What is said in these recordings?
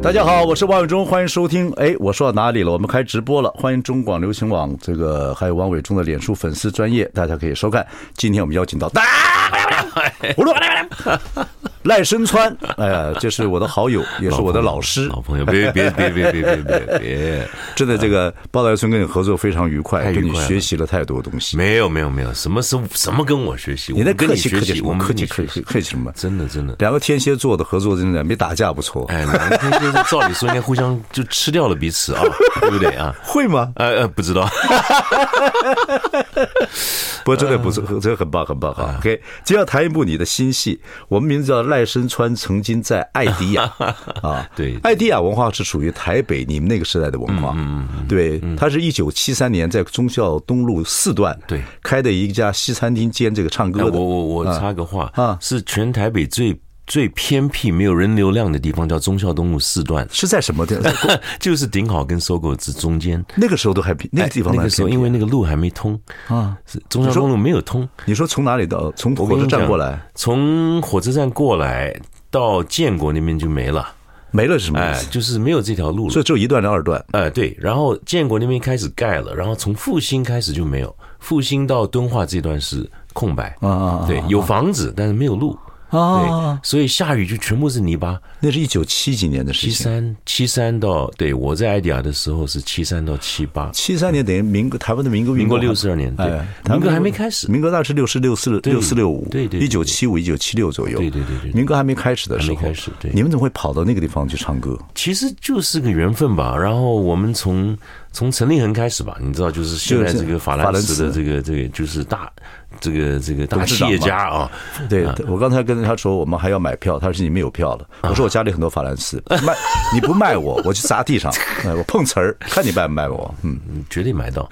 大家好，我是王伟忠，欢迎收听。哎，我说到哪里了？我们开直播了，欢迎中广流行网这个还有王伟忠的脸书粉丝专业，大家可以收看。今天我们邀请到 大，赖声川，哎呀，这是我的好友，也是我的老师，老朋友，别别别别别别别别， 真的，这个包大春跟你合作非常愉快，太愉跟你快了学习了太多东西。没有没有没有，什么什什么跟我学习？你在我跟客你气学客气习，什我么？们客跟你气客学气习，客气什么？真的真的。两个天蝎座的合作真的没打架不错，哎，两个天蝎座照理说应该互相就吃掉了彼此啊，对不对啊？会吗？呃呃，不知道，不，真的不错，嗯真的很棒，很棒哈。OK，今天要谈一部你的新戏，我们名字叫《赖声川曾经在艾迪亚》啊， 对嗯艾迪亚文化是属于台北你们那个时代的文化，对，它是一九七三年在忠孝东路四段对开的一家西餐厅兼这个唱哎歌我的，我我插个话啊，是全台北最最偏僻、没有人流量的地方，叫忠孝东路四段 是在什么地哎方？就是顶好跟搜狗之中间。哎那个时候都还比那个地方那还个时候，偏因为那个路还没通啊，是忠孝东路没有通，你说从哪里到？从我火跟车你站讲过来，从火车站过来到建国那边就没了，没了是什么意哎思？，就是没有这条路所了以。只有一段到二段。哎，对，然后建国那边开始盖了，然后从复兴开始就没有，复兴到敦化这段是空白啊啊啊对，有房子但是没有路啊对，所以下雨就全部是泥巴。那是一九七几年的事七情，三七三到对我在艾迪亚的时候是七三到七八，七三年等于民国台湾的民国运民动国还六十二年，对哎，台湾民国还没开始，民国大概是六四六四对六四六五，对对对一九七五一九七六左右，对对对对对民歌还没开始的时候，还没开始对你们怎么会跑到那个地方去唱歌？其实就是个缘分吧。然后我们从从陈立恒开始吧，你知道，就是现在就是这个法法兰兰茨的茨这个这个就是大这个这个大董事企长业嘛家啊，对我刚才跟他说我们还要买票，他说你没有票了，啊我说我家里很多法兰斯，卖你不卖我，我就砸地 上，哎，我碰瓷儿，看你卖不卖我，嗯，嗯绝对 买到。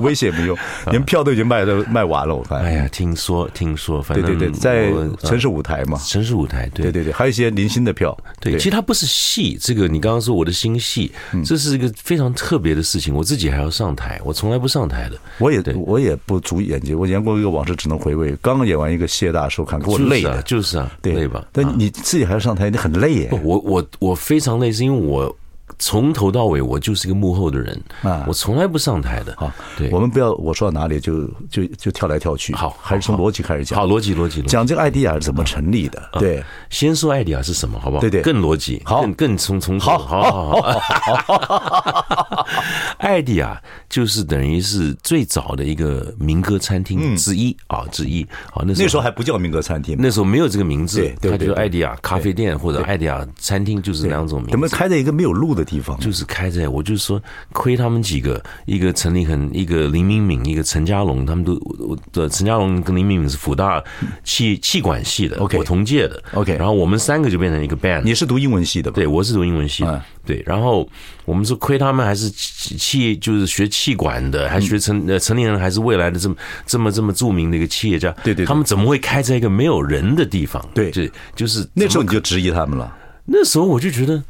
威胁没用，啊连票都已经卖的卖完了，我看，哎呀，听说听说，反对正对对，在我啊城市舞台嘛，城市舞台，对对对对，还有一些零星的票，对，其实它不是戏，这个你刚刚说我的新戏，嗯这是一个非常特别的事情，我自己还要上台，我从来不上台的。我也我也不足以演技，我演过一个往事只能回味，刚演完一个谢大受看，给我就是累啊的，就是啊，对累吧？但你自己还要上台，你很累耶。我我我非常累，是因为我从头到尾我就是一个幕后的人，啊我从来不上台的。好，对，啊我们不要我说到哪里就就就跳来跳去。好还是从逻辑开始讲。好，逻辑逻辑逻辑。讲这个艾迪亚是怎么成立的？对，先说艾迪亚是什么，好不好？对对更逻辑，好更更从从好好好好。 艾迪亚就是等于是最早的一个民歌餐厅之一啊，之一啊。那嗯时那候时候还不叫民歌餐厅，那时候没有这个名字对，对它就对是对艾迪亚咖啡店或者艾迪亚餐厅，就是两种名怎字。么开在一个没有路的地方？就是开在，我就说亏他们几个，一个陈立恒，一个林明敏，一个陈家龙，他们都我的陈家龙跟林明敏是辅大气气管系的 OK 我同届的 OK 然后我们三个就变成一个 band，你是读英文系的吧？对，我是读英文系嗯的，对。然后我们说亏他们还是气气，就是学气管的，还学陈呃陈立人，还是未来的这么这么这么著名的一个企业家。对对对他们怎么会开在一个没有人的地方？对对，就是那时候候你就质疑他们了。那时候我就觉得，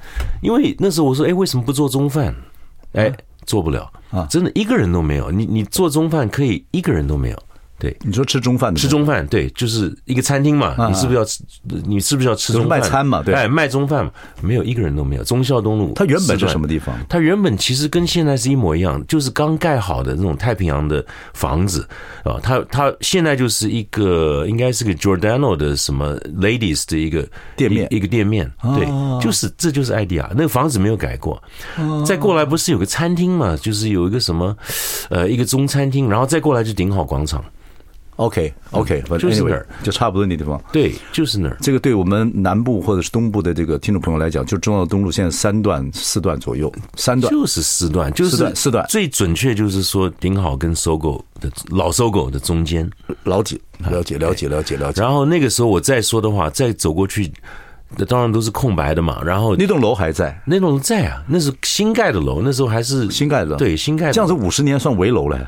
因为那时候我说，哎，为什么不做中饭？哎，做不了嗯啊真的一个人都没有。你你做中饭可以一个人都没有，对。你说吃中饭的吃时候，中饭，对，就是一个餐厅嘛，啊你是不是要吃？你是不是要吃就是中饭？卖餐嘛对哎，卖中饭嘛，没有一个人都没有。忠孝东路，它原本是四段什么地方？它原本其实跟现在是一模一样，就是刚盖好的那种太平洋的房子啊，它它现在就是一个应该是个 Giordano 的什么 Ladies 的一个店面一一个店面，啊对，就是这就是艾迪亚那个房子没有改过，啊再过来不是有个餐厅嘛，就是有一个什么呃一个中餐厅，然后再过来就顶好广场， OK OK，反正就是 anyway，那儿就差不多那地方。对，就是那儿。这个对我们南部或者是东部的这个听众朋友来讲，就中澳东路现在三段四段左右，三段就是四段，就是四段四段最准确就是说顶好跟搜狗的老搜狗的中间，啊了解了解了解了解了解，然后那个时候我再说的话，再走过去那当然都是空白的嘛。然后那栋楼还在，那栋在啊，那是新盖的楼，那时候还是新盖的对，新盖的这样子五十年算危楼了，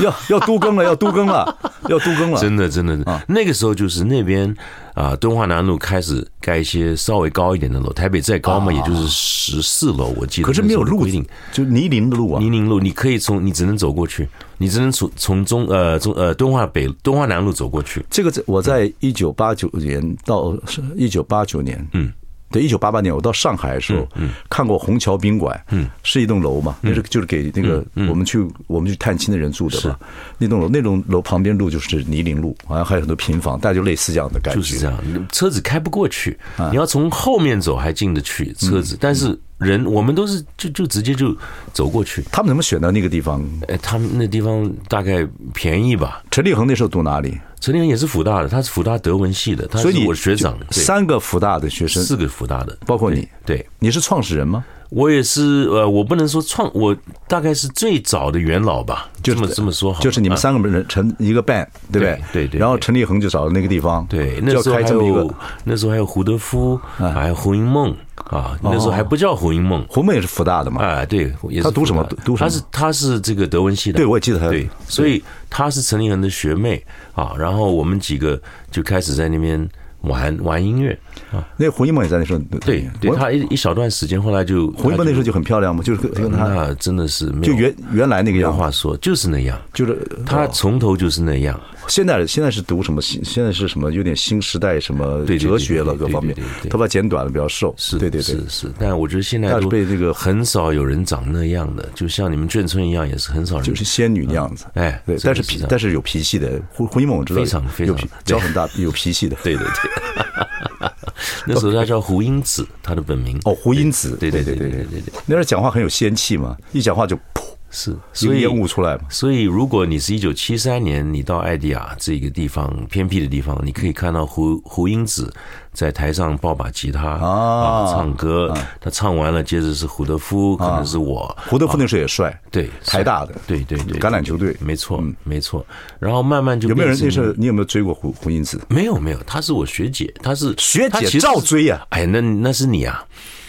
要要都更了，要都更了， 要都更了。哎真的，真的，啊那个时候就是那边啊、敦化南路开始盖一些稍微高一点的楼，台北再高嘛，也就是十四楼，我记啊得。可是没有路规定，，就泥泞的路啊泥。泞路你可以从，你只能走过去，你只能从从中呃中呃敦化北敦化南路走过去。这个在我在一九八九年到一九八九年，嗯，对，一九八八年我到上海的时候，嗯，看过虹桥宾馆，嗯，是一栋楼嘛，那是就是给那个嗯我们去我们去探亲的人住的嘛，那栋楼那栋楼旁边路就是泥泞路，好像还有很多平房，大概就类似这样的感觉，啊就是这样，车子开不过去，你要从后面走还进得去嗯车子，但是人我们都是就就直接就走过去。他们怎么选到那个地方？哎，他们那地方大概便宜吧？陈立恒那时候读哪里？陈立恒也是福大的，他是福大德文系的，他所以是你我学长，对三嗯个福大的学生，四个福大的，包括你，对你是创始人吗？我也是，呃，我不能说创，我大概是最早的元老吧，就是这么这么说好，就是你们啊、三个人成一个 band，对不对？对对对然后陈立恒就找了那个地方，对，就那要时候开还这么一有个。嗯那时候还有胡德夫，还有胡因梦啊，那哦时候还不叫胡因梦。红妹也是福大的嘛，啊，对，也是他读什么复旦的读什么他是他是这个德文系的，对我也记得他对，所以他是陈立恒的学妹啊，然后我们几个就开始在那边玩玩音乐，啊那胡一梦也在那时候，对，嗯对我他一一小段时间，后来就胡一梦那时候就就很漂亮嘛，就是跟他那真的是没就有原原来那个没有样哦子，嗯话说，就是那样，就是他从头就是那样，现在现在是读什么新，现在是什么有点新时代什么对对对哲学了对各对方面对对，对头发剪短了比较瘦，是，对对对，是是，但我觉得现在但是都被这个很少有人长那样的，就像你们眷村一样，也是很少人就是仙女那样子，哎对，真但的是是脾这样但是有脾气的胡胡一梦我知道非常非有常脾对脚很大有脾气的，对对对， 那时候他叫胡英子，他的本名哦，胡因子，对对对对对对对对对，那时候讲话很有仙气嘛，一讲话就噗，是，一个所以烟雾出来嘛。所以如果你是一九七三年你到艾迪亚这个地方偏僻的地方，你可以看到胡胡英子在台上抱把吉他啊唱歌，他唱完了，接着是胡德夫，可能是我，胡德夫那时候也帅，对，台大的，对对对，橄榄球队。没错没错，然后慢慢就有没有人变成那时候你有没有追过胡胡因子？没有没有，她是我学姐，她是学她其姐实照追啊呀，哎，那那是你啊，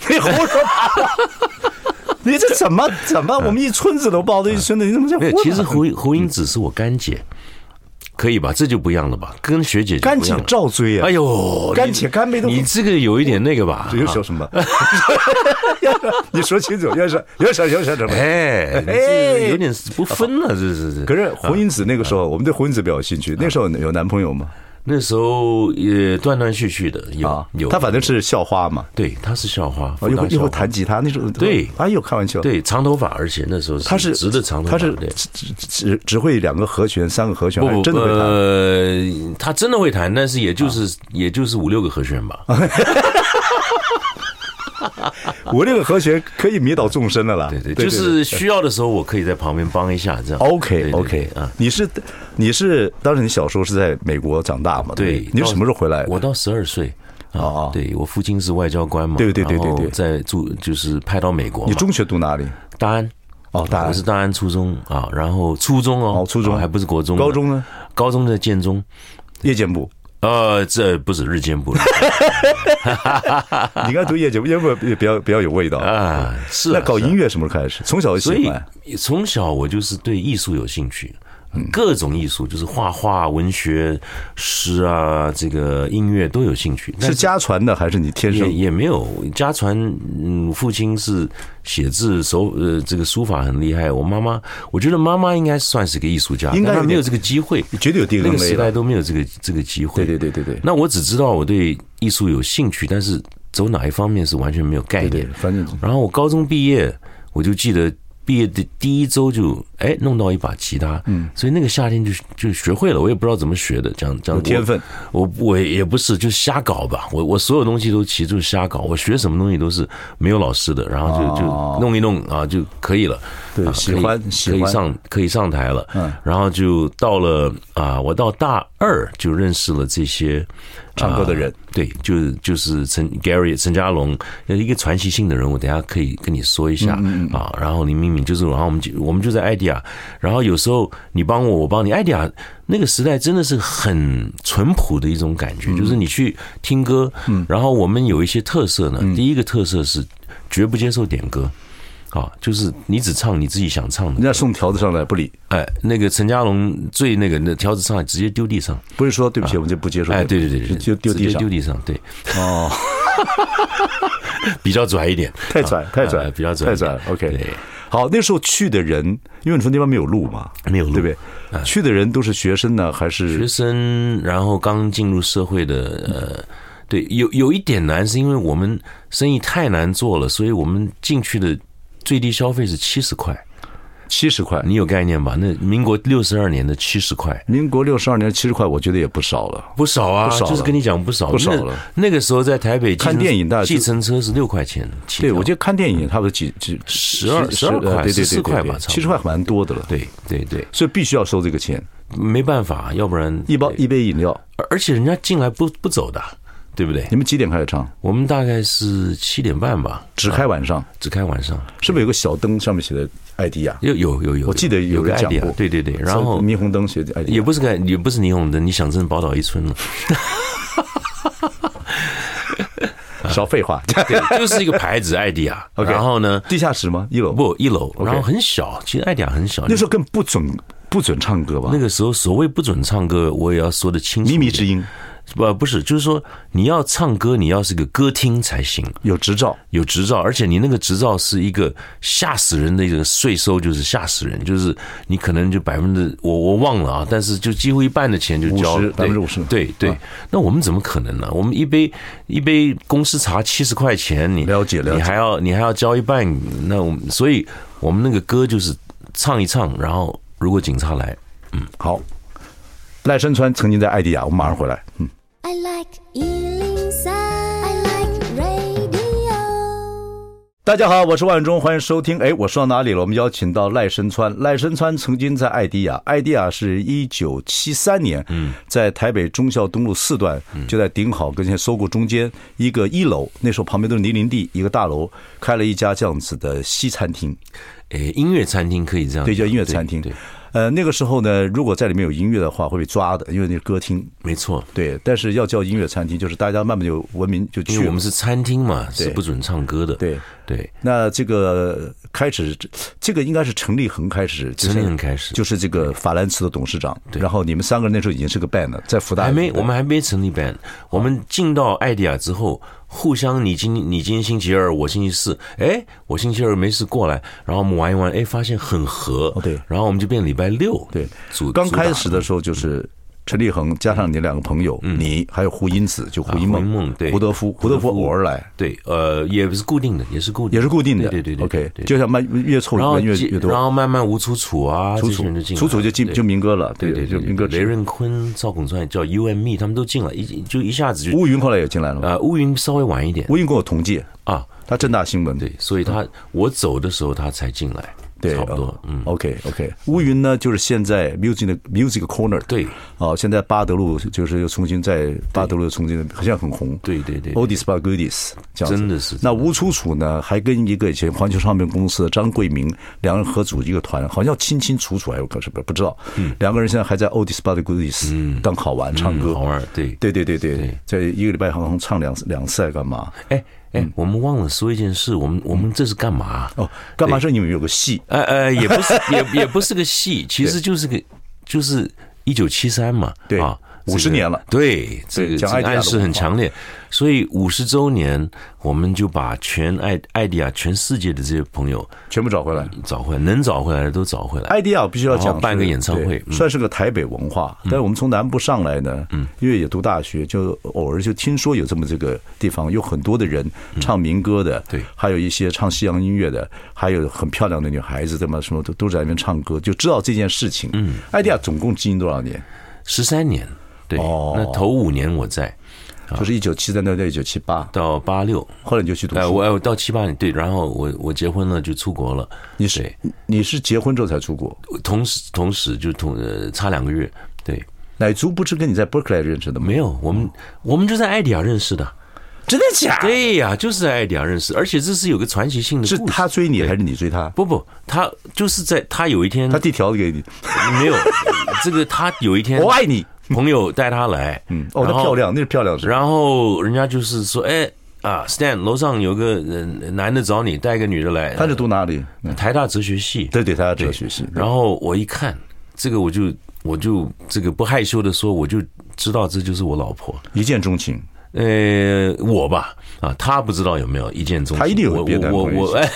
你胡说八道！你这怎么怎么？我们一村子都抱着一村子，你怎么这样没混有啊？，其实胡胡英子是我干姐，可以吧？这就不一样了吧？跟学姐就干不一样姐了照追呀哎，呦，干你姐干妹都你这个有一点那个吧 这？又说什么？你说清楚，要是要是要是什么？哎，你这有点不分了，这是是。可是胡因子那个时候，我们对胡因子比较有兴趣。那时候有男朋友吗？那时候也断断续续的，有啊，有，他反正是校花嘛，对，她是校花，哦，复又旦会又校会花弹吉他，那时候对哎呦，开玩笑，对长头发，而且那时候他是直的长头发，他是对只只只只会两个和弦，三个和弦，还不是不真的会弹。啊呃，他真的会弹，但是也就是也就是五六个和弦吧。我这个和弦可以迷倒众生了啦。对对，就是需要的时候我可以在旁边帮一下这样。 OK 对对 OK 啊，你是你是当时你小时候是在美国长大嘛？对不，你是什么时候回来的？我到十二岁。啊哦哦对我父亲是外交官嘛，对对对对对在驻就是派到美国你嘛，中学读哪里？大安。哦，大我安是大安初中啊，然后初中哦，哦初中还不是国中，高中呢，高中的建中，夜间 部。呃，这不是日间部 你应该读夜间部，夜间部也比较比较有味道。啊，是那啊搞是啊音乐什么时候开始？从小就所喜以欢。从小我就是对艺术有兴趣，嗯各种艺术，就是画画、文学、诗啊，这个音乐都有兴趣。但是家传的还是你天也生？也没有家传，嗯，父亲是写字手，呃，这个书法很厉害。我妈妈，我觉得妈妈应该算是个艺术家，应该但她有没有点这个机会，绝对有定那个类时的代都没有这个这个机会。对对对对对那我只知道我对艺术有兴趣，但是走哪一方面是完全没有概对念。对，反正然后我高中毕业，我就记得毕业的第一周就哎弄到一把吉他，嗯，所以那个夏天就就学会了，我也不知道怎么学的，这样这样有天分。我我我也不是就瞎搞吧，我我所有东西都其实就是瞎搞，我学什么东西都是没有老师的，然后就就弄一弄啊就可以了。哦对啊喜可以欢喜可以欢上可以上台了。嗯然后就到了啊，我到大二就认识了这些唱歌的人，啊对，就就是陈 Gary 陈嘉龙，一个传奇性的人物，等一下可以跟你说一下嗯啊。然后林敏敏就是，然后我们就我们就在艾迪亚，然后有时候你帮我，我帮你。艾迪亚那个时代真的是很淳朴的一种感嗯觉，就是你去听歌，然后我们有一些特色嗯呢。第一个特色是绝不接受点歌。啊，就是你只唱你自己想唱的人，家送条子上来不理，哎，那个陈嘉龙最那个那条子上来直接丢地上，不是说对不起，我们就不接受。哎，对对对对，就丢直接地上丢。地上，对，哦， 比较拽一点，太拽啊太拽哎比较拽太一点拽了，OK 对，好，那时候去的人，因为你说那边没有路嘛，没有路哎对不对？去的人都是学生呢，还学是生，然后刚进入社会的，呃，对，有有一点难，是因为我们生意太难做了，所以我们进去的最低消费是七十块，七十块？你有概念吧？那民国六十二年的七十块，民国六十二年七十块，我觉得也不少了。不少啊，不少了就是跟你讲不少，不少了那。那个时候在台北计程看电影大概就计程车是六块钱起跳，对，我觉得看电影差不多几几12十12块呃对对对14块对吧对，差不多七十块蛮多的了，对对对，所以必须要收这个钱，没办法，要不然一包一杯饮料。而而且人家进来不不走的，对不对你？们几点开始唱？我们大概是七点半吧，只开晚上，只开晚上。是不是有个小灯上面写的啊艾迪亚？有有有有，我记得有有人个讲 idea，过对对对，然后霓虹灯写的艾啊迪也亚，不是个也不是霓虹灯，你想成宝岛一村了，少废话。 对，就是一个牌子艾迪亚。 OK 然后呢，地下室吗？一楼？不一楼，然后很小，其实艾迪亚很小。那时候更不准不准唱歌吧那？个时候所谓不准唱歌，我也要说的清楚一靡靡点。之音，不不是，就是说你要唱歌，你要是个歌厅才行。有执照，有执照，而且你那个执照是一个吓死人的一个税收，就是吓死人，就是你可能就百分之我我忘了啊，但是就几乎一半的钱就交了50%，对50%对对啊。那我们怎么可能呢？我们一杯一杯公司茶七十块钱，你了解了解你还要你还要交一半，那我们所以我们那个歌就是唱一唱，然后如果警察来，好。赖声川曾经在艾迪亚，我们马上回来。嗯， I like Ealing Sound. I like radio. 大家好，我是万忠，欢迎收听。哎，我说到哪里了？我们邀请到赖声川。赖声川曾经在艾迪亚，艾迪亚是一九七三年，嗯，在台北忠孝东路四段，嗯就在顶好跟现在收购中间一个一楼，那时候旁边都是泥泞地，一个大楼，开了一家这样子的西餐厅。诶，音乐餐厅可以这样对，叫讲音乐餐厅啊对，对。呃，那个时候呢，如果在里面有音乐的话，会被抓的，因为那是歌厅。没错。对，但是要叫音乐餐厅，就是大家慢慢就文明就因去为了我们是餐厅嘛，是对不准唱歌的。对对，那这个开始，这个应该是陈立恒开始，就是陈立恒开始就是这个法兰茨的董事长。对然后你们三个人那时候已经是个 band 了，在福大还没，我们还没成立 band。我们进到艾迪亚之后，互相你今你今天星期二，我星期四，哎，我星期二没事过来，然后我们玩一玩，哎，发现很合哦，对然后我们就变礼拜六，对组嗯刚开始组的时候就是。陈立恒加上你两个朋友，你还有胡因子，就胡因嗯啊梦，胡因梦对胡德夫，胡德夫偶尔来，打对，呃，也不是固定的，也是固定的，也是固定的，对对对对 OK，对就像慢越凑然后人越接越多，然后慢慢吴楚楚啊，楚这些楚人就进来楚楚就进对就民歌了，对对就对民对，歌雷润坤、赵孔川叫 U M E，他们都进来，一就一下子就乌云后来也进来了嘛，呃乌云稍微晚一点乌云跟我同届，啊，他正大新闻对，所以他我走的时候他才进来，嗯对，哦差不多，嗯， OK OK，乌云呢就是现在 music 的 music corner 对啊，现在巴德路就是又重新在巴德路又重新好像很红，对对对 o d i s b a Goodies 这样子真的是那吴楚楚呢还跟一个以前环球唱片公司的张桂明两人合组一个团，好像叫清清楚哎楚还有个什么不知道，嗯两个人现在还在 o d i s b a Goodies 当好玩唱歌好，玩儿，对对对对对对，在一个礼拜好像唱两两次还干嘛？哎哎，我们忘了说一件事，我们我们这是干嘛？嗯哦，干嘛是你们有个戏？呃呃，也不是也也不是个戏，其实就是个就是一九七三嘛，对啊，这50个年了对，这对个这讲个艾迪亚的暗示文很化强烈，所以五十周年，我们就把全爱爱迪亚全世界的这些朋友全部找回来。找回来，能找回来的都找回来，艾迪亚必须要然讲后办个演唱会对嗯算是个台北文化。但是我们从南部上来呢，因为也读大学，就偶尔就听说有这么这个地方，有很多的人唱民歌的，嗯对还有一些唱西洋音乐的，还有很漂亮的女孩子，对吗？什么都都在那边唱歌，就知道这件事情。哎啊嗯，艾迪亚总共经营多少年？十三年，对，哦那头五年我在，就是一九七三到一九七八，到八六，后来你就去读哎，书。我哎我到七八年对，然后我我结婚了就出国了，你是对你是结婚之后才出国，同时同时就同呃差两个月，对，奶猪不是跟你在 Berkeley 认识的吗？没有，我们我们就在艾迪亚认识的，真的假的？对呀、就是在艾迪亚认识，而且这是有个传奇性的是故事。他追你还是你追他？不不，他就是在他有一嗯天他递条子给你，没有 这个，他有一天我爱你。朋友带他来，嗯哦，那漂。亮，那是漂亮的事。然后人家就是说，哎啊，Stan，楼上有个呃男的找你，带一个女的来，他是读哪里？嗯台大哲学系，对对，他哲学系。然后后我一看这个，我就我就这个不害羞的说，我就知道这就是我老婆。一见钟情， 呃，我吧，啊，他不知道有没有一见钟情，他一定有别的我男朋友我我，哎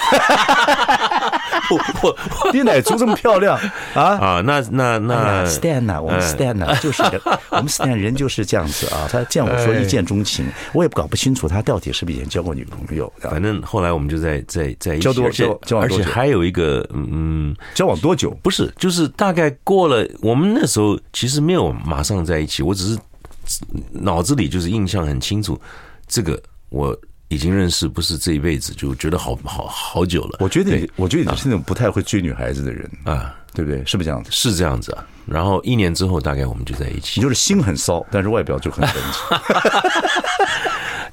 我 我你奶猪这么漂 亮啊！啊，那那那哎 Stan 呐，嗯我们 Stan 呐，就是个我们 Stan 人就是这样子啊。他见我哎说一见钟情，我也搞不清楚他到底是不是以前交过女朋友，啊反正后来我们就在在在一起，交多而且交交往而多且久还有一个嗯，交往多久？不是，就是大概过了，我们那时候其实没有马上在一起，我只是脑子里就是印象很清楚，这个我已经认识，不是这一辈子就觉得好好好久了我觉得你，我觉得你是那种不太会追女孩子的人，啊，对不对？是不是这样子？是这样子啊。然后一年之后，大概我们就在一起你。就是心很骚，但是外表就很文 静。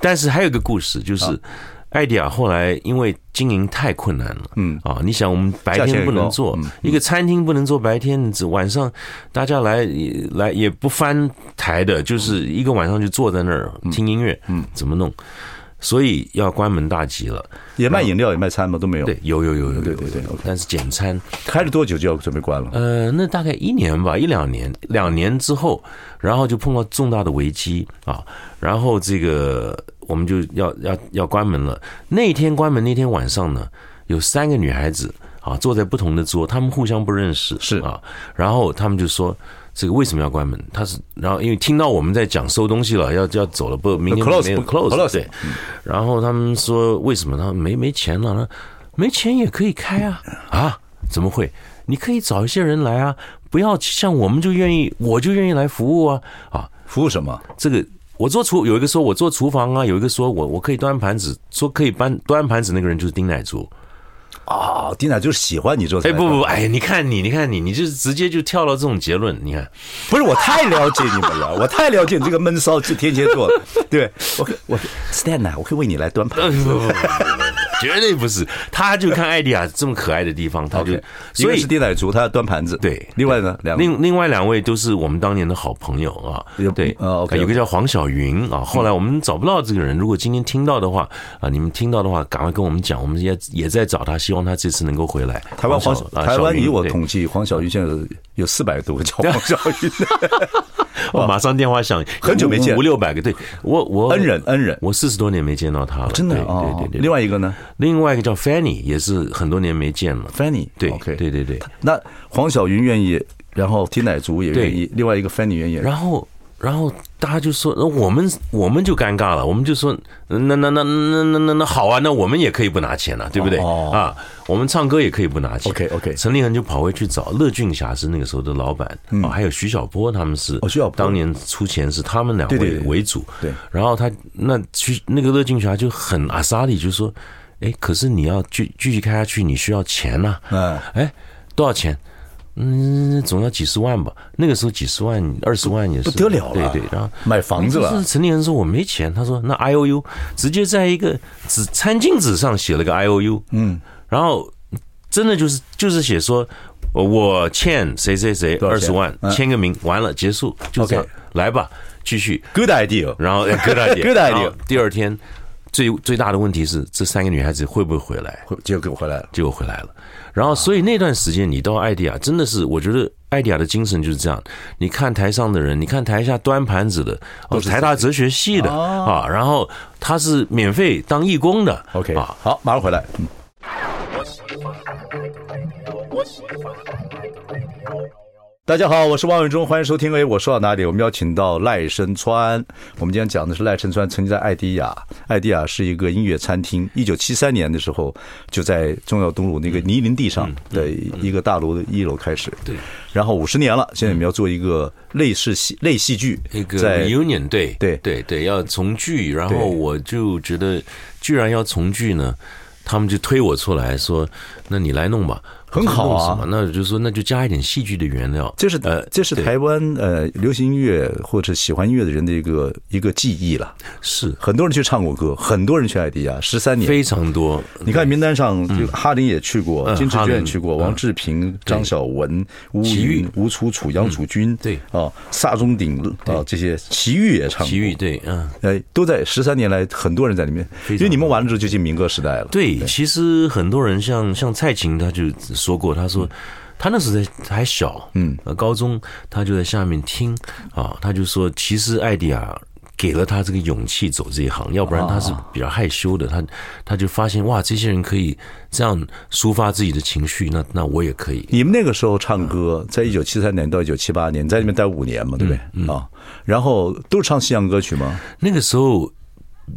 但是还有一个故事，啊就是艾迪亚后来因为经营太困难了，嗯啊，你想我们白天不能做价钱也高，嗯一个餐厅不能做白天，只晚上大家来也来也不翻台的，就是一个晚上就坐在那儿听音乐，嗯，怎么弄？所以要关门大吉了。也卖饮料，也卖餐吗？都没有。啊对，，有有有有有，对对对，OK 但是简餐，开了多久就要准备关了？呃，那大概一年吧，一两年，两年之后，然后就碰到重大的危机啊，然后这个我们就要要要关门了。那一天关门那天晚上呢，有三个女孩子啊，坐在不同的桌，她们互相不认识，是啊，然后她们就说。这个为什么要关门？她是，然后因为听到我们在讲收东西了，要要走了，不，嗯明天 Close，没有不 close 对。然后他们说为什么？他们没没钱啊了，那没钱也可以开啊啊？怎么会？你可以找一些人来啊，不要像我们就愿意，我就愿意来服务啊啊！服务什么？这个我做厨，有一个说我做厨房啊，有一个说我我可以端盘子，说可以搬端盘子那个人就是丁乃竺。啊，丁奶就是喜欢你之后才哎来不关不不，哎呀，你看你你看你，你就是直接就跳到这种结论，你看。不是我太了解你们了，我太了解你这个闷骚是天蝎座了。 对我可我 Stan 呐，我可以为你来端盘。哎不不不不不不 绝对不是，他就看艾迪亚这么可爱的地方，他 OK，就一呃所个以是丁奶族，他要端盘子。对另外呢，两个另另外两位都是我们当年的好朋友啊嗯有，对，哦，OK，OK 嗯有个叫黄晓云啊，后来我们找不到这个人，如果今天听到的话啊，你们听到的话，赶快跟我们讲，我们也也在找他，希望他这次能够回来。台湾黄晓啊台晓湾云以我对统计，黄小玉现在有四百多个 叫黄小玉，哦马上电话响，很久没见五五六百个，对我我恩人恩人我四十多年没见到他了，真的对哦。对对对。另外一个呢另外一个叫 Fanny，也是很多年没见了。 ，Fanny，对，OK，对对对。那黄小云愿意，然后丁奶族也愿意，另外一个 Fanny 愿意。然后，然后大家就说，那我们我们就尴尬了，我们就说，那那那那那那那那好啊，那我们也可以不拿钱了、对不对？哦啊，我们唱歌也可以不拿钱。 OK，OK 陈立恒就跑回去找乐俊霞是那个时候的老板，啊，还有徐小波他们是，嗯哦徐小波当年出钱是他们两对对位对为主，对然后他那徐那个乐俊霞就很阿莎莉就说，哎，可是你要继继续开下去，你需要钱呐、嗯，哎，多少钱？嗯，总要几十万吧。那个时候几十万、二十万也是不得了了对对，然后买房子了就是陈立恒说我没钱，他说那 I O U 直接在一个纸餐巾纸上写了个 I O U，嗯，然后真的就是就是写说呃我欠谁谁谁多少二钱十万，嗯签个名，完了结束，就这样 OK，来吧，继续。 Good idea，然后哎 good idea Good idea 然后第二天最最大的问题是这三个女孩子会不会回来？回结果给我回来了。结果回来了。然后，所以那段时间你到艾迪亚，真的是我觉得艾迪亚的精神就是这样。你看台上的人，你看台下端盘子的，哦，台大哲学系的哦啊，然后他是免费当义工的 OK，啊，好，马上回来。嗯大家好，我是王伟忠，欢迎收听。哎，我说到哪里？我们邀请到赖声川。我们今天讲的是赖声川曾经在艾迪亚，艾迪亚是一个音乐餐厅，一九七三年的时候就在中药东路那个泥泞地上的一个大楼的一楼开始。对，嗯然后五十年了，现在我们要做一个类似戏类戏剧，那个在 reunion 对对对对，要重聚。然后对我就觉得，居然要重聚呢，他们就推我出来说：“那你来弄吧。”很好啊我说弄什么那我就说那就加一点戏剧的原料。这是呃这是对台湾呃流行音乐或者喜欢音乐的人的一个一个记忆了。是很多人去唱过歌，很多人去艾迪亚，十三年非常多。你看名单上，就哈林也去过，嗯金志哈娟也林去过，嗯王志平、张晓雯、吴云齐豫、嗯吴楚楚、杨楚君，对啊，萨中鼎啊，这些齐豫也唱过，奇遇对，嗯。哎，都在十三年来，很多人在里面，因非常为你们完了之后就进民歌时代了，对，其实很多人像像蔡琴，她就说过，她说。她那时候在还小，嗯，高中，她就在下面听啊，她就说，其实艾迪亚给了她这个勇气走这一行，要不然她是比较害羞的，她她就发现哇，这些人可以这样抒发自己的情绪，那那我也可以，你们那个时候唱歌，在一九七三年到一九七八年，你在那边待五年嘛，对不嗯对？啊，然后都是唱西洋歌曲吗？那个时候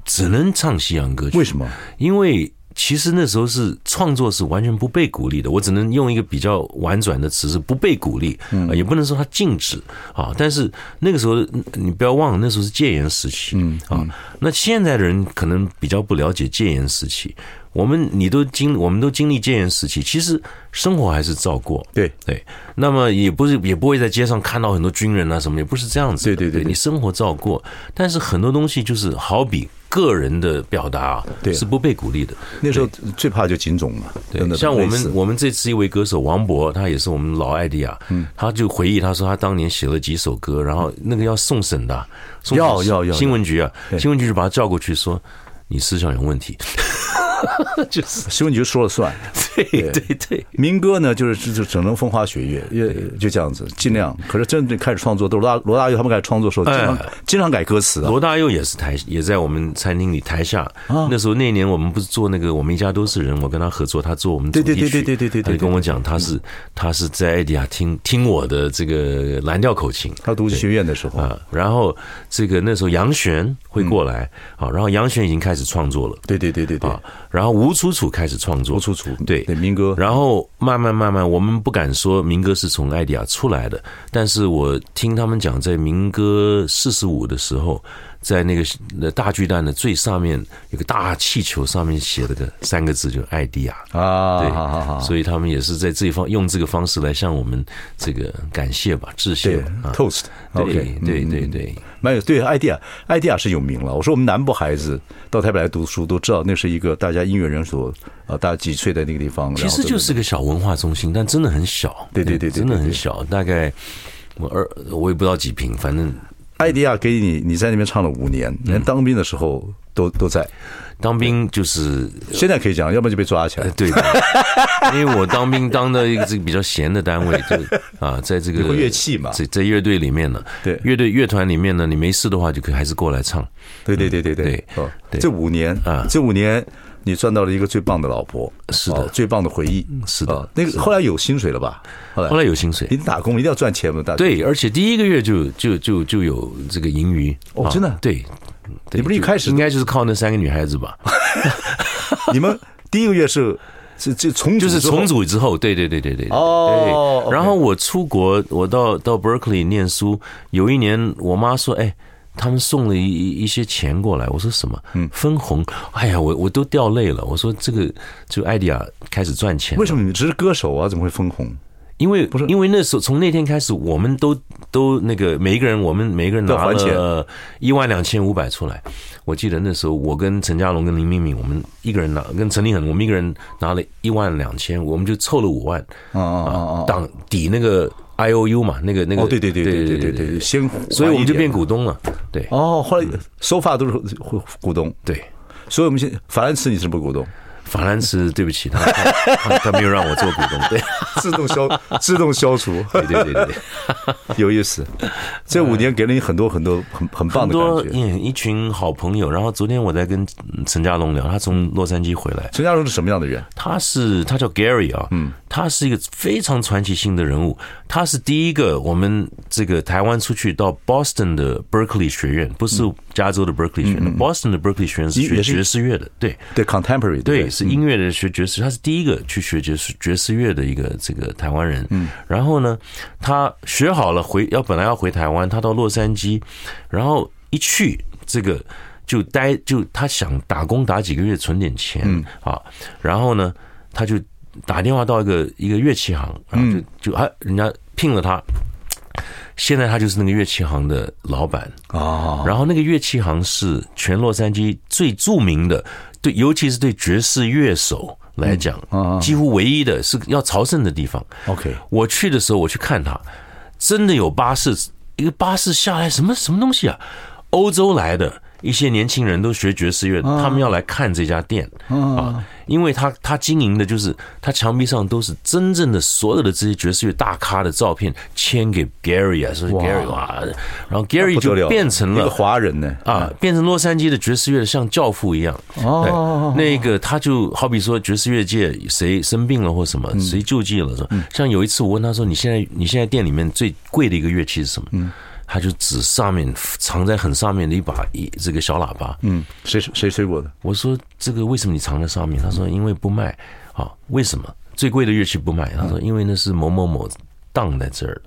只能唱西洋歌曲， 为什么？因为其实那时候是创作是完全不被鼓励的，我只能用一个比较婉转的词是不被鼓励，嗯呃也不能说它禁止啊。但是那个时候嗯你不要忘了，那时候是戒严时期，嗯啊，那现在的人可能比较不了解戒严时期，我们你都经我们都经历戒严时期，其实生活还是照过，对对，那么也不是也不会在街上看到很多军人啊什么，也不是这样子的。对对对对你生活照过，但是很多东西就是好比个人的表达啊，对是不被鼓励的。那时候最怕就警种嘛，真的对，像我类似们我们这次一位歌手王博，他也是我们老艾迪亚，嗯他就回忆他说他当年写了几首歌，然后那个要送审的啊，送审要要要新闻局啊，新闻局就把他叫过去说你思想有问题，就是新闻局说了算， 对对对，民歌呢，就是就就只能风花雪月，也就这样子，尽量。可是真正开始创作，都罗大罗大佑他们开始创作的时候，经常、哎经常改歌词啊。罗大佑也是台，也在我们餐厅里台下。啊那时候那年我们不是做那个《我们一家都是人》，我跟他合作，他做我们主题曲。对对对对对对对对他就跟我讲，他是他是在艾迪亚听听我的这个蓝调口琴。他读学院的时候，啊，然后这个那时候杨璇会过来，啊，然后杨璇已经开始创作了，对对对对对，啊，然后吴楚楚开始创作，吴楚楚对对民歌然后慢慢慢慢，我们不敢说民歌是从艾迪亚出来的，但是我听他们讲，在民歌四十五的时候，在那个呃大巨蛋的最上面有个大气球，上面写了个三个字，就是艾迪亚。啊，对，好好好，所以他们也是在这一方用这个方式来向我们这个感谢吧，致谢对吧。啊，toast，对 OK，对嗯对对，蛮有对艾迪亚，艾迪亚是有名了。我说我们南部孩子到台北来读书，都知道那是一个大家音乐人所啊，大家几岁的那个地方，其然后实都就是个小文化中心，但真的很小，嗯对对对对对真的很小，大概我二我也不知道几平，反正艾迪亚给你，你在那边唱了五年，连嗯当兵的时候都都在。当兵就是现在可以讲，要不然就被抓起来呃，。对的，因为我当兵当的一个这个比较闲的单位，就啊，在这你个会乐器嘛在在乐队里面呢，对乐队乐团里面呢，你没事的话就可以还是过来唱，对对对对对哦，对这五年啊这五年你赚到了一个最棒的老婆，是的嗯哦最棒的回忆，是的哦那个后来有薪水了吧？后来后来有薪水你，打工一定要赚钱嘛，大哥，对，而且第一个月就就就就有这个盈余，哦啊真的对。对你不是一就开始应该就是靠那三个女孩子吧？你们第一个月是是这重就是之后重组之后，对对对对对对哦对 OK 然后我出国，我到到 Berkeley 念书，有一年我妈说，哎。他们送了一一一些钱过来，我说什么？嗯分红。哎呀，我我都掉泪了。我说这个就艾迪亚开始赚钱了，为什么你只是歌手啊？怎么会分红？因为不是因为那时候从那天开始，我们都都那个每一个人，我们每一个人都拿还钱了一万两千五百出来。我记得那时候，我跟陈嘉龙跟林敏敏，我们一个人拿跟陈立恒，我们一个人拿了一万两千，我们就凑了五万啊啊啊啊！当抵那个 I O U 嘛，那个那个哦，对对对对对对对对，呃对，先所以我们就还一点变股东了，对哦，后来收发都是股东，对。所以我们现法兰茨你是不是股东？法兰茨，对不起，他他他他没有让我做股东，对自动消 自动消除，对对对对对，有意思。这五年给了你很多很多很很棒很的多感觉。嗯一群好朋友。然后昨天我在跟陈家龙聊，他从洛杉矶回来，陈家荣是什么样的人？他是他叫 Gary 啊，嗯，他是一个非常传奇性的人物，他是第一个我们这个台湾出去到 Boston 的 Berkeley 学院，不是嗯加州的 Berkeley 学院、b o s t o n 的 Berkeley 学院是也也学是爵士乐的，对。对，contemporary 对，嗯不是音乐的学爵士，他是第一个去学爵士爵士乐的一个这个台湾人。嗯，然后呢，他学好了回要本来要回台湾，他到洛杉矶，然后一去这个就待就他想打工打几个月存点钱、啊，然后呢他就打电话到一个一个乐器行，然后就就啊人家聘了他。现在他就是那个乐器行的老板，啊，然后那个乐器行是全洛杉矶最著名的，对，尤其是对爵士乐手来讲，几乎唯一的是要朝圣的地方。 OK，我去的时候，我去看他，真的有巴士，一个巴士下来，什么什么东西啊？欧洲来的一些年轻人都学爵士乐的，他们要来看这家店啊，因为他他经营的就是他墙壁上都是真正的所有的这些爵士乐大咖的照片，签给 Gary 啊，说是 Gary 哇，然后 Gary 不得就了，变成一个了。华人呢。啊，变成洛杉矶的爵士乐像教父一样。哦，那个他就好比说爵士乐界谁生病了或什么，嗯谁救济了，说像有一次我问他说，你现在你现在店里面最贵的一个乐器是什么？嗯他就指上面藏在很上面的一把一这个小喇叭。嗯，谁谁吹过的？我说这个为什么你藏在上面？他说因为不卖啊。为什么最贵的乐器不卖？他说因为那是某某某荡在这儿的，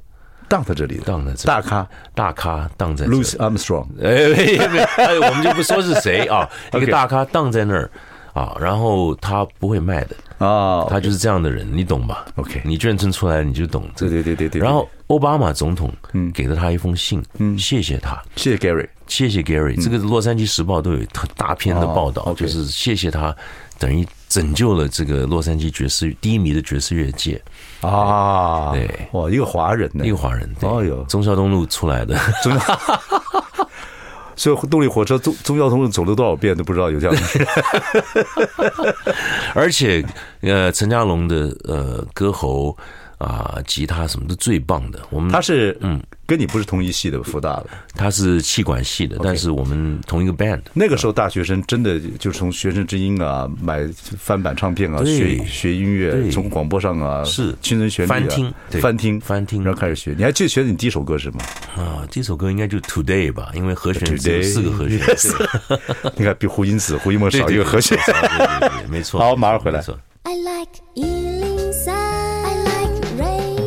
荡在这里的荡在这儿大咖大咖荡在这儿 Louis。Armstrong，哎，没没，哎，我们就不说是谁 啊，一个大咖荡在那儿啊，然后他不会卖的，啊，他就是这样的人，你懂吧 OK 你眷村出来你就懂这对个。对对对对。嗯然后奥巴马总统给了他一封信，谢谢他，谢谢 Gary，谢谢 Gary，这个《洛杉矶时报》都有很大篇的嗯报哦道， ，OK 就是谢谢他，等于拯救了这个洛杉矶爵士低迷的爵士乐界，啊，对哇，一个华人呢一，个华人，对哎呦中孝东路出来的， 所以动力火车中中交通路走了多少遍都不知道有这样 的人而且，呃，陈家龙的呃歌喉啊、吉他什么都最棒的。我们他是嗯，跟你不是同一系的，复大的。他是气管系的，但是我们同一个 band。那个时候大学生真的就是从学生之音啊，买翻版唱片啊，对学学音乐，对从广播上啊，是青春旋律啊翻听对翻听，翻听然后开始学。你还记得学的你第一首歌是什 么？啊，这首歌应该就 Today 吧，因为和弦只有 Today 四个和弦。你看比胡因子、胡因梦 对少一个和弦。对对对对对没错。好马上回来没错 I like Ealing Sound. I like radio.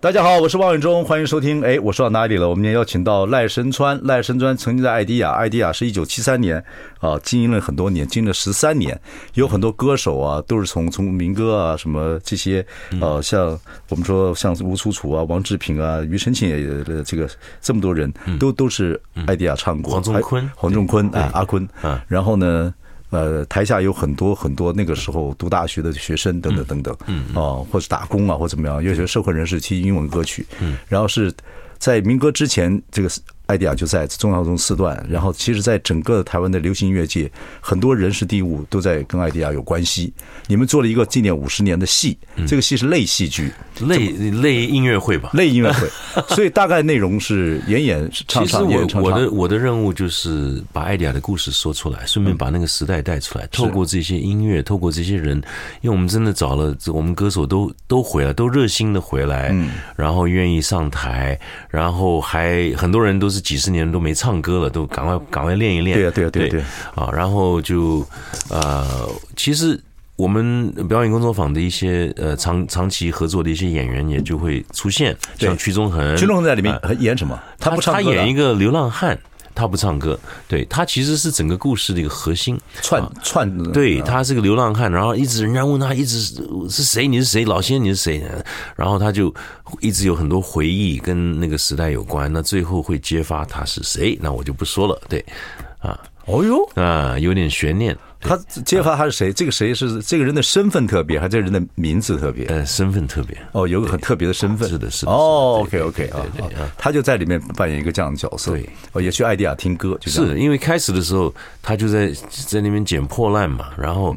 大家好，我是王永忠，欢迎收听。哎，我说到哪里了？我们今天邀请到赖声川，赖声川曾经在艾啊迪亚，艾迪亚是一九七三年啊，经营了很多年，经营了十三年，有很多歌手啊，都是从从民歌啊什么这些，嗯呃，像我们说像吴楚楚啊、王志平啊、庾澄庆也呃这个这么多人都都是艾迪亚唱过，哎嗯黄宗坤还黄仲坤啊，阿坤嗯，然后呢，呃，台下有很多很多那个时候读大学的学生等等等等，嗯，哦，或者打工啊，或怎么样，有些社会人士听英文歌曲，嗯，然后是在民歌之前，这个艾迪亚就在中小中四段，然后其实，在整个台湾的流行音乐界，很多人事地物都在跟艾迪亚有关系。你们做了一个纪念五十年的戏，嗯这个戏是类戏剧、 类类音乐会吧。类音乐 会，所以大概内容是演演唱其实唱，演我演唱我的唱。我的任务就是把艾迪亚的故事说出来，顺嗯便把那个时代带出来。透过这些音乐，透过这些人，因为我们真的找了我们歌手都都回来，都热心的回来，嗯然后愿意上台，然后还很多人都是几十年都没唱歌了，都赶快赶快练一练。对呀对呀对呀对呀啊，然后就呃，其实我们表演工作坊的一些呃长长期合作的一些演员也就会出现，对像曲中恒，啊群众在里面演什么？他不唱歌呃他的啊演一个流浪汉，他不唱歌，对他其实是整个故事的一个核心。串啊串，对他是个流浪汉，然后一直人家问他，一直是谁？你是谁？老先生你是谁？然后他就一直有很多回忆跟那个时代有关，那最后会揭发他是谁，那我就不说了。对，啊哦哟，啊，有点悬念。他揭发他是谁？这个谁是这个人的身份特别，还是这个人的名字特别？呃，身份特别。哦，有个很特别的身份，是的是的是的哦，OK 对 OK 啊对对对啊啊，他就在里面扮演一个这样的角色，对，哦，也去艾迪亚听歌，就这样是因为开始的时候，他就在在那边捡破烂嘛，然后。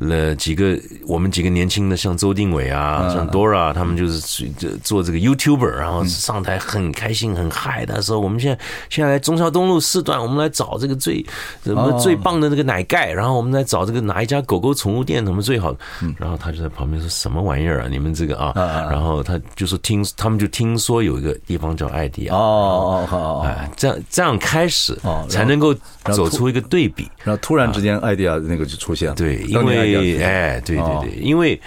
呃，几个我们几个年轻的，像周定伟嗯啊，像 Dora，他们就是去这做这个 YouTuber，然后上台很开心、很嗨的时候，我们现在现在来中桥东路四段，我们来找这个最什么哦最棒的那个奶盖，然后我们来找这个哪一家狗狗宠物店什么最好，嗯然后他就在旁边说什么玩意儿啊，你们这个啊，然后他就说听他们就听说有一个地方叫艾迪亚，哦哦哦好哦，哦哎，这样这样开始哦然后，才能够然后走突出一个对比。然后突然之间艾迪亚那个就出现了，对，因当年 Idea 为哎，对哦对对，因为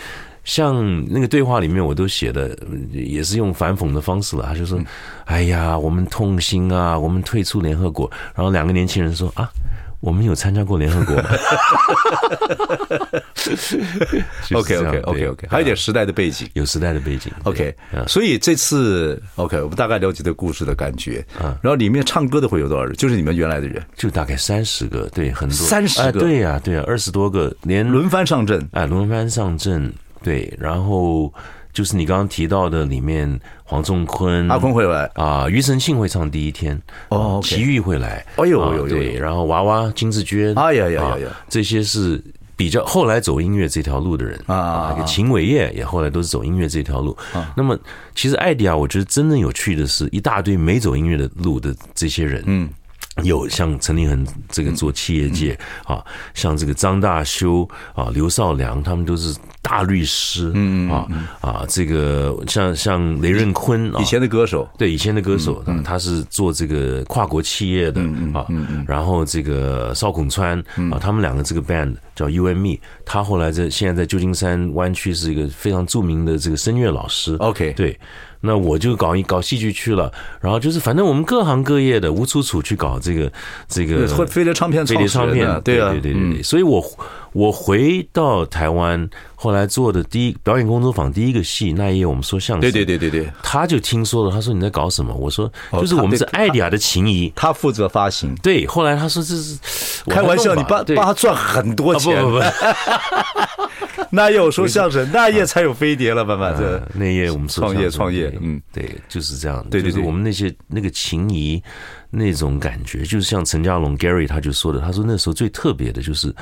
像那个对话里面我都写的，嗯也是用反讽的方式了。他就嗯说：“哎呀，我们痛心啊，我们退出联合国。”然后两个年轻人说：“啊。”我们有参加过联合国吗 OK OK OK OK，还有一点时代的背景。啊有时代的背景。对嗯 OK，所以这次 OK，我们大概了解这个故事的感觉。嗯然后里面唱歌的会有多少人？就是你们原来的人，就大概三十个，对，很多30个哎对呀、对呀、二十多个，连轮番上阵。哎，轮番上阵，对，然后就是你刚刚提到的里面黄仲坤、阿坤会来，啊，庾澄庆会唱第一天，啊哦，OK 齐豫会来，哎呦啊呦呦对，呦然后娃娃金志娟，哎呀呀呀啊呀，这些是。比较后来走音乐这条路的人啊啊啊秦伟业也后来都是走音乐这条路。那么，其实艾迪亚，我觉得真正有趣的是一大堆没走音乐的路的这些人，嗯，有像陈立恒这个做企业界嗯啊，像这个张大修啊、刘少良，他们都是大律师，嗯啊啊，这个像像雷任坤啊，以前的歌手，对以前的歌手，嗯啊他他是做这个跨国企业的啊，嗯然后这个邵孔川啊，他们两个这个 band 叫 U M E，他后来在现在在旧金山湾区是一个非常著名的这个声乐老师。 OK 对，那我就搞一搞戏剧去了，然后就是反正我们各行各业的无楚楚去搞这个这个会飞碟唱片飞创碟始人唱啊片，对啊对对对嗯对对所以我我回到台湾，后来做的第一表演工作坊第一个戏那一夜，我们说相对声，对对对对，他就听说了，他说你在搞什么？我说哦就是我们是艾迪亚的情谊。他负责发行。对，后来他说这是开玩笑，你帮爸帮他赚很多啊不钱。不不， 那也有说相声，那也才有飞碟了，慢慢这呃那一夜我们说创业相声创业对嗯对，就是这样。对对对就是我们那些那个情谊那种感觉，就是像陈家龙 Gary 他就说的，他说那时候最特别的就是。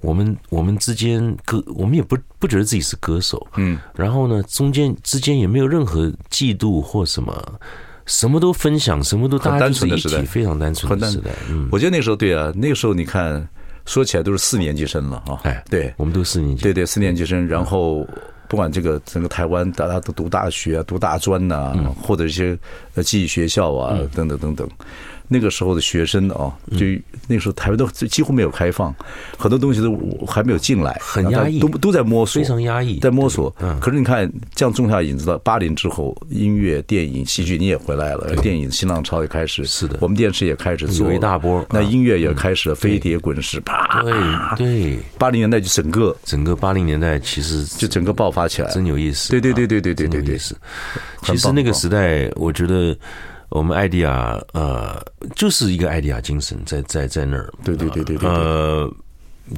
我们我们之间歌，我们也不不觉得自己是歌手，嗯，然后呢，中间之间也没有任何嫉妒或什么，什么都分享，什么都大很家单就是纯的一时代体，非常单纯很的单时代，嗯。我觉得那个时候对啊，那个时候你看说起来都是四年级生了啊。哎，对我们都四年级，对对，四年级嗯生，然后不管这个整个台湾，大家都读大学啊、读大专呐、嗯或者一些呃技艺学校啊等等等等。那个时候的学生啊，嗯就那个时候台湾都几乎没有开放，很多东西都还没有进来，很然后大家压抑都都在摸索，非常压抑嗯在摸索。可是你看，这样种下影子到八零之后，音乐、电影、戏剧你也回来了，电影新浪潮也开始，是的我们电视也开始做有一大波那啊音乐也开始了，飞碟滚石，啪！对对，八零年代就整个整个八零年代其实就整个爆发起来了。真有意思，对对对对对对对啊真有对意思。很棒其实那个时代，我觉得我们艾迪亚呃，就是一个艾迪亚精神在在在那儿，对对对对对对呃，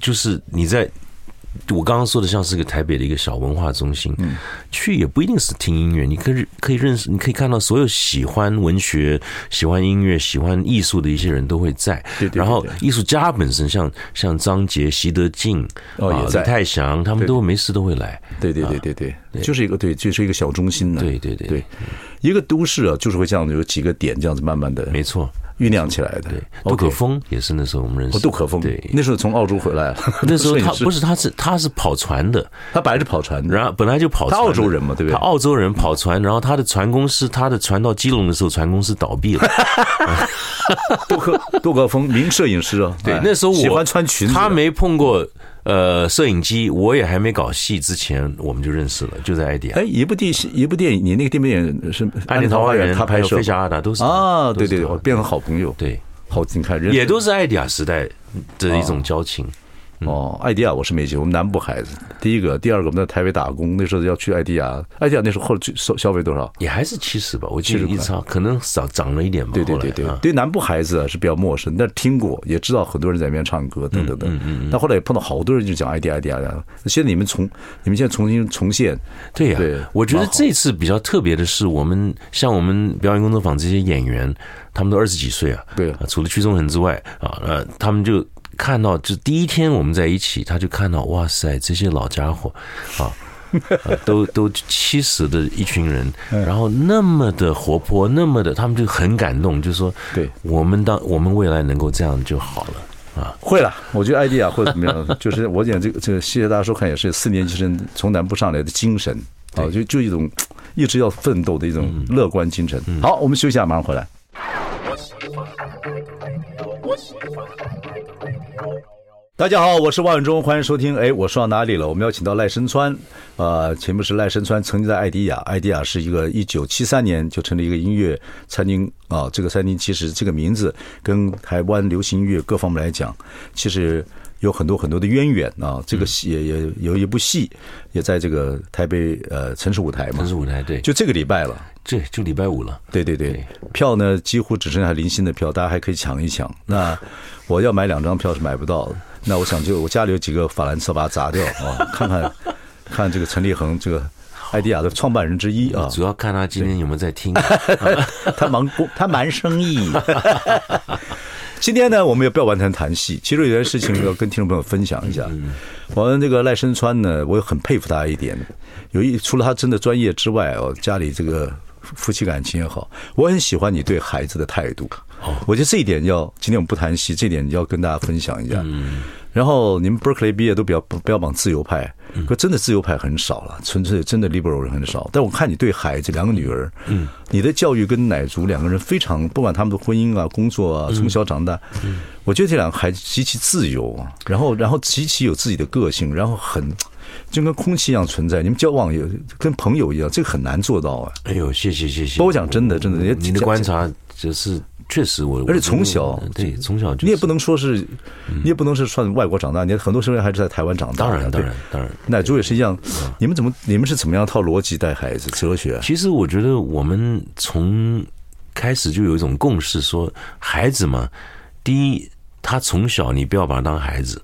就是你在。我刚刚说的像是个台北的一个小文化中心，嗯去也不一定是听音乐，你可以可以认识，你可以看到所有喜欢文学、喜欢音乐、喜欢艺术的一些人都会在。对对对然后对艺术家本身像像张杰、习德进、哦啊也在李泰祥，他们对都没事都会来。啊对对对对对，就是一个对，就是一个小中心呢、对对对对，一个都市啊，就是会这样子，有几个点这样子慢慢的没错，酝酿起来的。对，杜 OK 可风也是那时候我们认识哦，的。杜可风，对，那时候从澳洲回来了，那时候摄影他师不是他是他是跑船的，他本来是跑船的，然后本来就跑船的，他澳洲人嘛对不对他澳洲人跑船，然后他的船公司，他的船到基隆的时候，船公司倒 闭了。杜可杜可风名摄影师啊，对哎，那时候我喜欢穿裙子的，他没碰过呃摄影机，我也还没搞戏之前，我们就认识了，就在 idea。哎，一部电一部电影，你那个电影是《暗恋桃花源，他还拍有摄飞侠阿达都是啊，都对是对对，他我变成好朋友，对，好，你看人啊也都是艾迪亚时代的一种交情。哦，艾迪亚我是没去，我们南部孩子。第一个，第二个，我们在台北打工，那时候要去艾迪亚，艾迪亚那时候后来去消消费多少？也还是七十吧，我记得一直可能少涨了一点吧。对对后对来对啊，对南部孩子啊是比较陌生，但是听过，也知道很多人在里面唱歌嗯等等等。但后来也碰到好多人就讲 ID ID 啊。现在你们重，你们现在重新重现，对呀、对我觉得蛮好这次比较特别的是，我们像我们表演工作坊这些演员，他们都二十几岁啊，对啊除了屈中恒之外啊，呃，他们就看到，就第一天我们在一起，他就看到，哇塞，这些老家伙啊。 啊都都七十的一群人，嗯然后那么的活泼，那么的，他们就很感动，就说：对我们当我们未来能够这样就好了啊。会了。我觉得 ID 啊或者怎么 样，就是我讲这个这个谢谢大家收看，也是四年级生从南部上来的精神啊，就就一种一直要奋斗的一种嗯乐观精神。好，我们休息一下，马上回来。大家好，我是万永忠，欢迎收听。哎，我说到哪里了？我们邀请到赖声川，呃，前面是赖声川曾经在艾迪亚，艾迪亚是一个一九七三年就成立一个音乐餐厅啊、这个餐厅其实这个名字跟台湾流行音乐各方面来讲，其实有很多很多的渊源啊。这个戏也也有一部戏也在这个台北呃城市舞台嘛这，是舞台，对，就就这个礼拜了。这就礼拜五了。对对对对，票呢几乎只剩下零星的票，大家还可以抢一抢。那我要买两张票是买不到的，那我想就我家里有几个法兰车把它砸掉啊， 看看看这个陈立恒这个艾迪亚的创办人之一啊，主要看他今天有没有 在听。他忙工他蛮生意。 今天呢，我们也不要完全谈戏，其实有件事情要跟听众朋友分享一下。我们这个赖声川呢，我也很佩服他一点，有一除了他真的专业之外哦，家里这个夫妻感情也好，我很喜欢你对孩子的态度。我觉得这一点要，今天我们不谈戏，这一点要跟大家分享一下。然后你们 Berkeley 毕业都比较标榜自由派，嗯可真的自由派很少了，纯粹真的 liberal 人很少。但我看你对孩子两个女儿，嗯，你的教育跟奶竹两个人非常，不管他们的婚姻啊、工作嗯啊，从小长大，我觉得这两个孩子极其自由啊，然后然后极其有自己的个性，然后很就跟空气一样存在。你们交往也跟朋友一样，这个很难做到啊。哎呦，谢谢谢谢！不过我讲真的真的也你的观察就是确实我，而且从小我对从小就是你也不能说是，你也不能是算外国长大，你很多时候还是在台湾长大嗯当的。然当对然当然。奶猪也是一样，嗯你们怎么你们是怎么样套逻辑带孩子哲学？啊其实我觉得我们从开始就有一种共识，说孩子嘛，第一，他从小你不要把他当孩子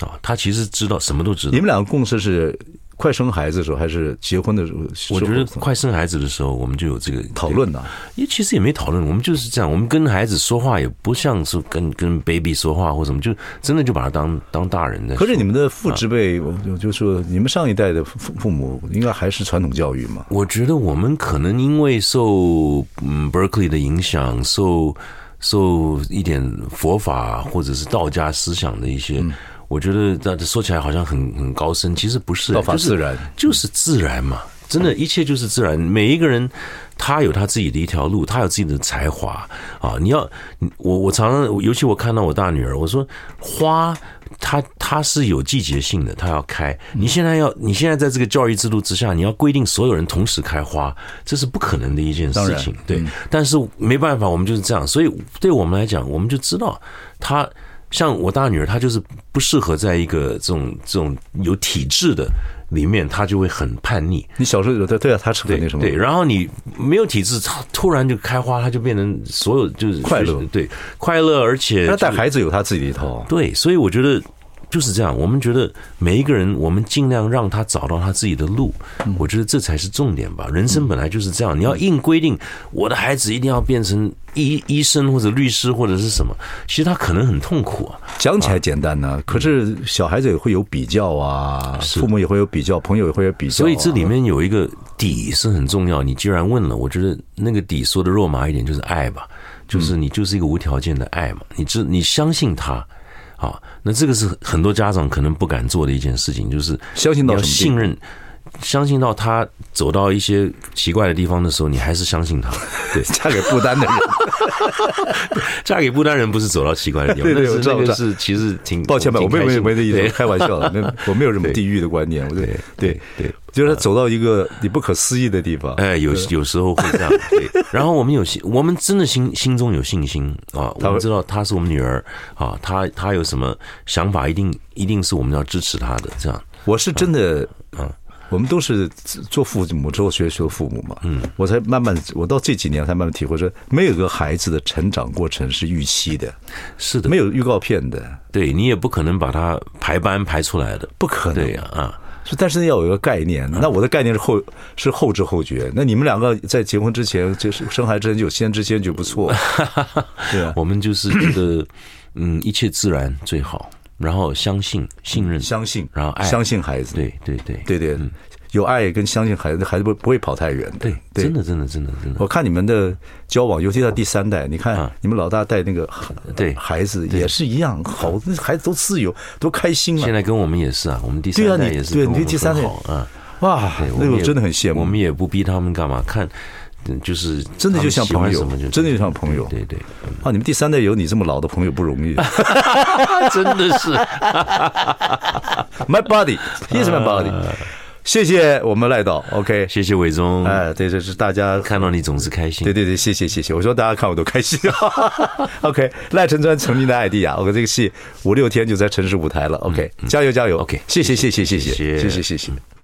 啊，他其实知道什么都知道你。们两个共识是快生孩子的时候还是结婚的时候？我觉时得候快生孩子的时候，我们就有这个讨论呐、也其实也没讨论，我们就是这样，我们跟孩子说话也不像是跟跟 baby 说话或什么，就真的就把他当当大人的。可是你们的父之辈，我嗯就就说你们上一代的父父母应该还是传统教育嘛？我觉得我们可能因为受嗯 Berkeley 的影响，受受一点佛法或者是道家思想的一些，嗯我觉得这说起来好像很很高深，其实不是，道法就是自然就是自然嘛。真的，一切就是自然。每一个人，他有他自己的一条路，他有自己的才华啊！你要，你我我常常，尤其我看到我大女儿，我说花，它它是有季节性的，它要开。你现在要，你现在在这个教育制度之下，你要规定所有人同时开花，这是不可能的一件当事然嗯情。对，但是没办法，我们就是这样。所以对我们来讲，我们就知道她像我大女儿，她就是不适合在一个这种这种有体制的里面，她就会很叛逆。你小时候有对对啊，他是很那什么？对，然后你没有体制，她突然就开花，她就变成所有就是快乐对快乐，而且他就带孩子有他自己的一套。啊对，所以我觉得就是这样。我们觉得每一个人，我们尽量让他找到他自己的路，我觉得这才是重点吧。人生本来就是这样，你要硬规定我的孩子一定要变成医医生或者律师或者是什么，其实他可能很痛苦啊。讲起来简单嗯呢、可是小孩子也会有比较啊，父母也会有比较，朋友也会有比较啊、所以这里面有一个底是很重要。你既然问了，我觉得那个底说的肉麻一点就是爱吧，就是你就是一个无条件的爱嘛，你知你相信他。啊，那这个是很多家长可能不敢做的一件事情，就是相信到你什么地要步信任，相信到他走到一些奇怪的地方的时候，你还是相 信他。对，嫁给不丹的人，嫁给不丹人不是走到奇怪的地方，对对但我知是道那个我知是其实挺抱歉吧，我没挺有开没心有没有这意对思，开玩笑的，没 有我没有什么地域的观念，我就对对对，就是他走到一个你不可思议的地方，哎，有有时候会这样。对，然后我们有信，我们真的心心中有信心啊，我们知道她是我们女儿啊，她她有什么想法，一定一定是我们要支持她的。这样，我是真的，啊嗯，我们都是做父母之后学学父母嘛，嗯，我才慢慢，我到这几年才慢慢体会说，没有一个孩子的成长过程是预期的，是的没，有预告片的，对你也不可能把她排班排出来的，不可能对呀嗯啊，是，但是要有一个概念。那我的概念是后是后知后觉。那你们两个在结婚之前，就是生孩子之前有先知先觉，不 错。对啊，我们就是觉得，嗯，一切自然最好，然后相信信任，相信，然后哎爱相信孩子，对对对对对，有爱跟相信孩子，孩子不不会跑太远的。嗯对，真的真的真的真的我看你们的交往，尤其到第三代，你看啊你们老大带那个对孩子也是一样，好，那孩子都自由，多开心现啊！在跟我们也是啊，我们第对啊三代你也是对跟我你们第三很代好啊。哇对，那个我也真的很羡慕，我们也不逼他们干嘛，看，嗯就是真的就像朋友他们喜欢什么就真的就像朋友对嗯对，啊！你们第三代有你这么老的朋友不 容易对 真的是，My body is my body。谢谢我们赖导，OK，啊谢谢伟忠，哎，对，这是大家看到你总是开心对。对对，谢谢谢谢，我说大家看我都开心。OK，赖声川曾经的艾迪亚，我这个戏五六天就在城市舞台了。OK，加油加油。 OK，谢谢谢谢谢谢谢谢谢谢谢谢。